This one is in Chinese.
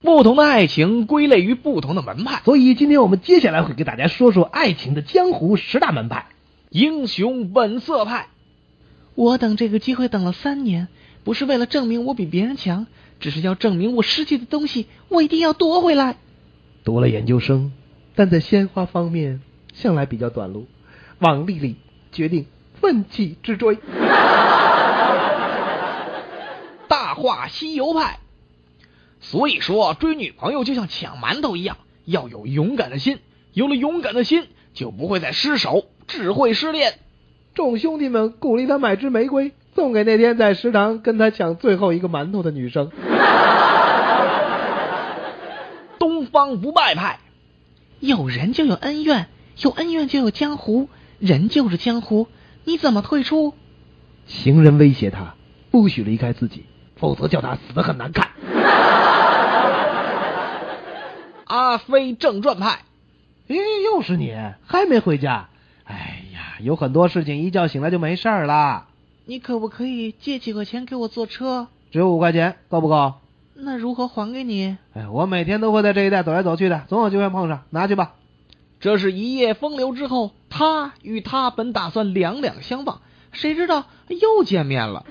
不同的爱情归类于不同的门派，所以今天我们接下来会给大家说说爱情的江湖十大门派。英雄本色派。我等这个机会等了三年，不是为了证明我比别人强，只是要证明我失去的东西，我一定要夺回来。读了研究生，但在鲜花方面向来比较短路，王丽丽决定奋起直追。大话西游派。所以说，追女朋友就像抢馒头一样，要有勇敢的心。有了勇敢的心，就不会再失手，只会失恋。众兄弟们鼓励他买支玫瑰，送给那天在食堂跟他抢最后一个馒头的女生。东方不败派。有人就有恩怨，有恩怨就有江湖，人就是江湖，你怎么退出？行人威胁他，不许离开自己，否则叫他死的很难看。阿飞正传派。咦，又是你，还没回家？哎呀，有很多事情一觉醒来就没事儿了。你可不可以借几块钱给我坐车？只有五块钱，够不够？那如何还给你？哎，我每天都会在这一带走来走去的，总有机会碰上，拿去吧。这是一夜风流之后，他与他本打算两两相望，谁知道又见面了。